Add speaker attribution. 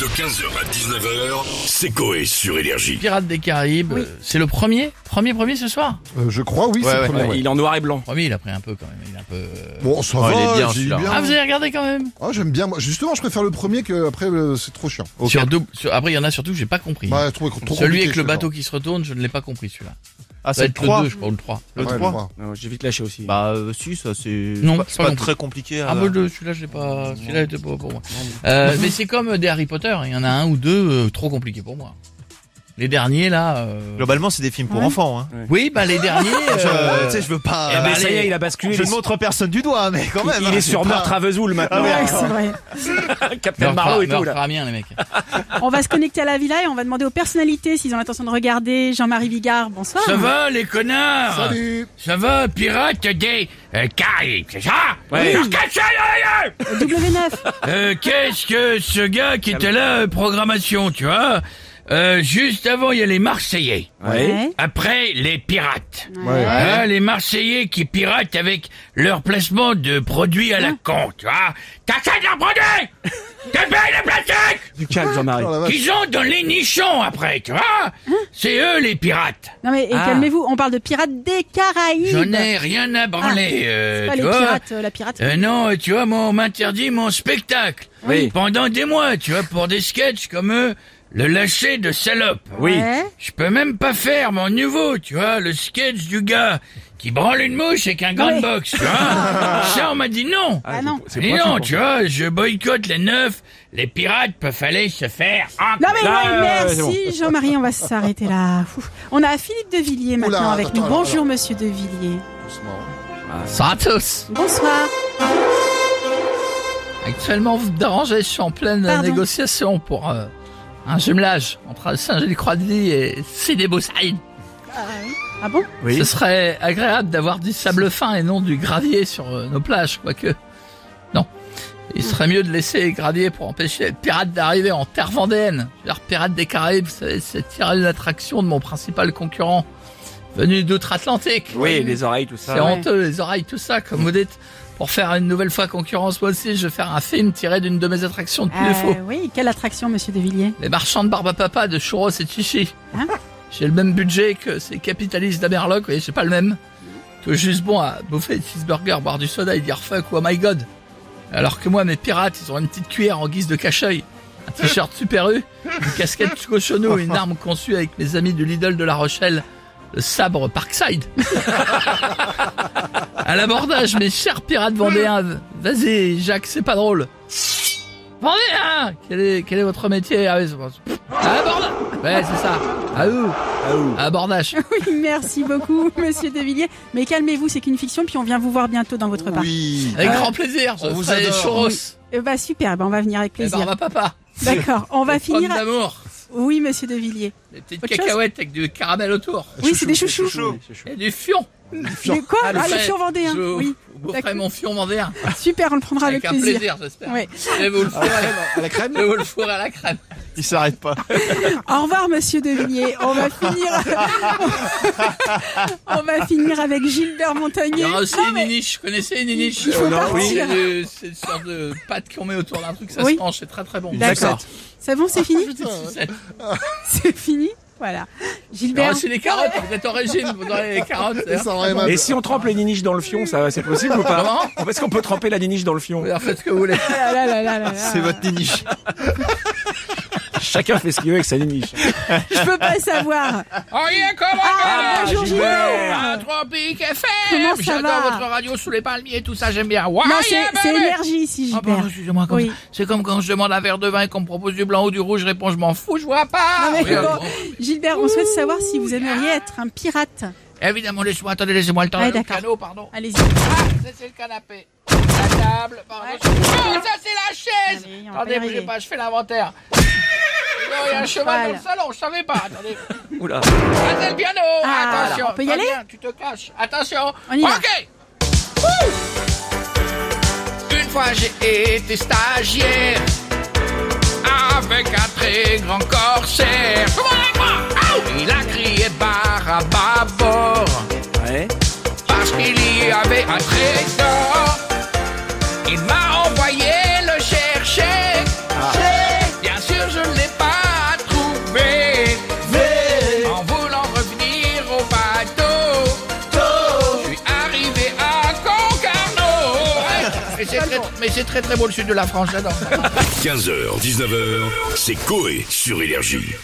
Speaker 1: De 15h à 19h, c'est Coé sur Énergie.
Speaker 2: Pirates des Caraïbes, euh, c'est le premier Premier, premier ce soir
Speaker 3: Euh, je crois, oui, c'est le premier. ouais.
Speaker 4: Il est en noir et blanc.
Speaker 2: Premier, il a pris un peu quand même. Ah, Il est un peu... euh,
Speaker 3: Bon, ça
Speaker 4: il est
Speaker 3: va,
Speaker 4: bien,
Speaker 3: j'ai eu
Speaker 4: celui-là.
Speaker 3: bien.
Speaker 2: Ah, vous avez regardé quand même
Speaker 3: Ah, j'aime bien. Moi, Justement, je préfère le premier que après, euh, c'est trop chiant.
Speaker 2: Sur double- sur- Après, il y en a surtout que j'ai pas compris.
Speaker 3: Bah, je trouve trop
Speaker 2: Celui
Speaker 3: compliqué,
Speaker 2: avec le
Speaker 3: celui-là.
Speaker 2: bateau qui se retourne, je ne l'ai pas compris celui-là.
Speaker 5: Ah,
Speaker 2: Ça va
Speaker 5: c'est le
Speaker 2: être le
Speaker 5: 3
Speaker 2: 2, je crois, ou le 3.
Speaker 5: Le
Speaker 3: Ouais,
Speaker 5: 3
Speaker 3: trois.
Speaker 4: Non, Ah, J'ai vite lâché aussi.
Speaker 5: Bah, euh, si, ça, c'est.
Speaker 2: Non,
Speaker 5: c'est pas-
Speaker 2: c'est
Speaker 5: c'est
Speaker 2: pas
Speaker 5: pas,
Speaker 2: compris.
Speaker 5: très compliqué. euh, à-
Speaker 2: Ah, moi, le- celui-là, je l'ai pas. Celui-là, il était pas pour moi. Euh, mais c'est comme des Harry Potter. hein. Il y en a un ou deux euh, trop compliqués pour moi. Les derniers, là. euh,
Speaker 5: Globalement, c'est des films pour enfants. Hein.
Speaker 2: Oui, bah, les derniers.
Speaker 5: Je-
Speaker 2: euh,
Speaker 5: Tu sais, je veux pas.
Speaker 2: eh
Speaker 4: Ah,
Speaker 2: ben,
Speaker 5: euh,
Speaker 2: ça y est,
Speaker 4: il a basculé.
Speaker 5: je ne montre personne du doigt, mais quand même.
Speaker 4: il est
Speaker 5: hein,
Speaker 4: sur
Speaker 5: c'est
Speaker 4: Meurtre à Vesoul maintenant. hein,
Speaker 5: Ah ouais,
Speaker 6: c'est vrai.
Speaker 4: Captain
Speaker 2: Meurtre
Speaker 4: Marlowe
Speaker 2: à-
Speaker 4: et tout
Speaker 2: Meurtre
Speaker 4: là.
Speaker 2: à Amiens, les mecs.
Speaker 6: On va se connecter à la villa et on va demander aux personnalités s'ils ont l'intention de regarder Jean-Marie Bigard. Bonsoir.
Speaker 2: Ça va, les connards
Speaker 3: Salut
Speaker 2: Ça va, pirate des euh, Caraïbes, c'est ça
Speaker 4: Ouais.
Speaker 2: Alors, qu'est-ce que c'est, là,
Speaker 6: W9.
Speaker 2: là Euh, Qu'est-ce que ce gars qui était là, euh, programmation, tu vois Euh, Juste avant, il y a les Marseillais.
Speaker 6: Ouais.
Speaker 2: Après, les pirates.
Speaker 3: Ouais.
Speaker 5: Ah
Speaker 2: Hein, les Marseillais qui piratent avec leur placement de produits à la
Speaker 5: Hein
Speaker 2: con, tu vois T'achètes leurs produits T'es payé les plastiques
Speaker 4: Du calme, Jean-Marie.
Speaker 3: Oh la vache.
Speaker 2: Qu'ils ont dans les nichons après, tu vois
Speaker 5: Hein
Speaker 2: C'est eux les pirates
Speaker 6: Non mais et
Speaker 4: Ah.
Speaker 6: calmez-vous, on parle de pirates des Caraïbes. Ah.
Speaker 2: J'en ai rien à branler, euh,
Speaker 6: Pas
Speaker 2: tu
Speaker 6: les
Speaker 2: vois
Speaker 6: pirates, euh, la pirate.
Speaker 2: Euh, non, euh, tu vois, moi, on m'interdit mon spectacle.
Speaker 4: Oui.
Speaker 2: Pendant des mois, tu vois, pour des sketchs comme eux, le lâcher de salope.
Speaker 4: Oui.
Speaker 6: Ouais.
Speaker 2: Je peux même pas faire mon nouveau, tu vois, le sketch du gars qui branle une mouche avec un gant de
Speaker 6: Ouais.
Speaker 2: boxe, tu vois. Ça, on m'a dit non.
Speaker 6: Ah non.
Speaker 4: c'est
Speaker 2: Et
Speaker 4: pointu,
Speaker 2: non,
Speaker 4: quoi.
Speaker 2: tu vois, je boycotte les neufs, les pirates peuvent aller se faire
Speaker 6: Non
Speaker 2: Ah,
Speaker 6: mais
Speaker 4: Là,
Speaker 6: ouais,
Speaker 4: euh,
Speaker 6: merci
Speaker 4: c'est bon.
Speaker 6: Jean-Marie, on va s'arrêter là. Ouh. On a Philippe de Villiers maintenant
Speaker 3: Oula,
Speaker 6: avec
Speaker 3: attends,
Speaker 6: nous.
Speaker 3: attends,
Speaker 6: Bonjour Monsieur de Villiers.
Speaker 3: C'est marrant. Ah,
Speaker 2: Santos
Speaker 6: Bonsoir.
Speaker 2: Actuellement, vous dérangez, je suis en pleine
Speaker 6: Pardon.
Speaker 2: négociation pour euh, un jumelage entre Saint-Gilles-Croix-de-Vie et Sidi Boussaïd.
Speaker 6: Ah bon
Speaker 4: Oui.
Speaker 2: Ce serait agréable d'avoir du sable fin et non du gravier sur euh, nos plages, quoique. Non. Il serait mieux de laisser les graviers pour empêcher les pirates d'arriver en terre vendéenne. Je veux dire, pirates des Caraïbes, vous savez, c'est tiré une attraction de mon principal concurrent venu d'outre-Atlantique.
Speaker 4: Oui, les oreilles, tout ça.
Speaker 6: Ah
Speaker 2: C'est
Speaker 4: ouais.
Speaker 2: honteux, les oreilles, tout ça, comme vous dites. Pour faire une nouvelle fois concurrence, moi aussi, je vais faire un film tiré d'une de mes attractions de plus
Speaker 6: Euh,
Speaker 2: défaut.
Speaker 6: Oui, quelle attraction Monsieur de Villiers.
Speaker 2: Les marchands de barbe à papa de Churros et Chichi.
Speaker 6: Hein
Speaker 2: J'ai le même budget que ces capitalistes d'Amerloc, vous voyez, c'est pas le même. Tout juste bon à bouffer des cheeseburgers, boire du soda et dire fuck ou oh my god. Alors que moi, mes pirates, ils ont une petite cuillère en guise de cache-œil, un t-shirt Super U, une casquette cochonou et une arme conçue avec mes amis du Lidl de La Rochelle, le sabre Parkside. à l'abordage, mes chers pirates vendéens, vas-y Jacques, c'est pas drôle. Vendéen hein quel est, quel est votre métier Ah oui, c'est À l'abordage Ouais, c'est ça. À où
Speaker 4: Ah, ouh.
Speaker 2: À l'abordage.
Speaker 6: Oui, merci beaucoup Monsieur de Villiers. Mais calmez-vous, c'est qu'une fiction, puis on vient vous voir bientôt dans votre parc.
Speaker 3: Oui.
Speaker 2: Avec grand plaisir.
Speaker 3: On
Speaker 2: je
Speaker 3: vous
Speaker 2: ferai des
Speaker 3: adore.
Speaker 2: churros. Eh
Speaker 6: Euh, bah super, bah, on va venir avec
Speaker 2: Les
Speaker 6: plaisir.
Speaker 2: barbes à papa.
Speaker 6: D'accord, on va
Speaker 2: ben, les pommes
Speaker 6: finir. à-
Speaker 2: d'amour.
Speaker 6: Oui, Monsieur de Villiers.
Speaker 2: Les petites
Speaker 6: Autre chose
Speaker 2: cacahuètes avec du caramel autour.
Speaker 6: Oui, c'est des chouchous.
Speaker 4: Oui, c'est chaud.
Speaker 2: Et du fion.
Speaker 6: Mais quoi Ah, le
Speaker 2: fait,
Speaker 6: fion vendéen.
Speaker 2: Je
Speaker 6: Oui,
Speaker 2: vous boufferai
Speaker 6: D'accord.
Speaker 2: mon fion vendéen.
Speaker 6: super, on Ah, le prendra
Speaker 2: Avec
Speaker 6: avec
Speaker 2: un
Speaker 6: plaisir.
Speaker 2: plaisir, j'espère.
Speaker 6: Ouais.
Speaker 2: Et vous le
Speaker 3: À la
Speaker 2: fourrez.
Speaker 3: crème, à la crème
Speaker 2: Je vous le fourrez à la crème.
Speaker 5: Il s'arrête pas.
Speaker 6: Au revoir, Monsieur de Villiers. On va finir. on va finir avec Gilbert
Speaker 2: Il y
Speaker 6: Montagnier.
Speaker 2: aura aussi
Speaker 6: Non,
Speaker 2: une
Speaker 6: mais
Speaker 2: niche. Vous connaissez une niche
Speaker 6: Il faut partir.
Speaker 2: C'est du- c'est une sorte de pâte qu'on met autour d'un truc, ça
Speaker 6: Oui.
Speaker 2: se mange, c'est très très bon.
Speaker 6: D'accord. C'est bon, c'est fini.
Speaker 2: C'est-
Speaker 6: C'est fini.
Speaker 2: Il
Speaker 6: Voilà.
Speaker 2: y aura
Speaker 6: Gilbert.
Speaker 2: aussi les carottes, vous êtes au régime, vous aurez les carottes.
Speaker 6: hein.
Speaker 3: Ça rend aimable.
Speaker 4: Et si on trempe les niniches dans le fion, ça, c'est possible ou pas
Speaker 2: Comment
Speaker 4: Parce qu'on peut tremper la niniche dans le fion.
Speaker 2: Vous faites ce que vous voulez.
Speaker 6: Oh là là là là là là.
Speaker 2: Ah.
Speaker 5: C'est votre niche.
Speaker 4: Chacun fait ce qu'il veut avec sa niniche.
Speaker 6: Je peux pas savoir.
Speaker 2: Aurier, comment
Speaker 6: Ah,
Speaker 2: allez-vous
Speaker 6: bonjour, Gilbert.
Speaker 2: Un Tropique FM
Speaker 6: Comment ça
Speaker 2: J'adore
Speaker 6: va
Speaker 2: votre radio sous les palmiers, tout ça, j'aime bien.
Speaker 6: Non,
Speaker 2: Aurier,
Speaker 6: c'est
Speaker 2: bébé.
Speaker 6: c'est énergie ici,
Speaker 2: Ah, pardon,
Speaker 6: Gilbert.
Speaker 2: excusez-moi, comme
Speaker 6: Oui.
Speaker 2: ça. c'est comme quand je demande un verre de vin et qu'on me propose du blanc ou du rouge, je réponds je m'en fous, je vois pas.
Speaker 6: Non, mais
Speaker 2: Oui,
Speaker 6: bon.
Speaker 2: bon.
Speaker 6: Gilbert, on souhaite savoir si vous aimeriez être un pirate.
Speaker 2: Évidemment, laissez-moi, attendez, laissez-moi le temps.
Speaker 6: Ouais,
Speaker 2: le
Speaker 6: d'accord.
Speaker 2: canot, pardon.
Speaker 6: Allez-y.
Speaker 2: Ah, ça c'est le canapé. La table, pardon.
Speaker 6: Ouais.
Speaker 2: Oh, ça c'est la chaise
Speaker 6: Allez, on va
Speaker 2: Attendez,
Speaker 6: y
Speaker 2: bougez
Speaker 6: arriver.
Speaker 2: pas, je fais l'inventaire. Non, Il y a un cheval dans le salon, je savais pas. Attendez.
Speaker 4: Oula.
Speaker 2: Ah, c'est le piano
Speaker 6: Ah,
Speaker 2: Attention
Speaker 6: on peut y
Speaker 2: pas
Speaker 6: aller
Speaker 2: bien, Tu te caches Attention
Speaker 6: On y va.
Speaker 2: Ok Ouh Une fois j'ai été stagiaire Avec un très grand corsaire Comment on l'a pas Aou Il a crié bar à bâbord
Speaker 4: Ouais.
Speaker 2: Parce qu'il y avait un trésor Il m'a envoyé le chercher Bien sûr je Mais c'est très, mais c'est très très beau le sud de la France, j'adore.
Speaker 1: 15h, 19h, c'est Coé sur Énergie.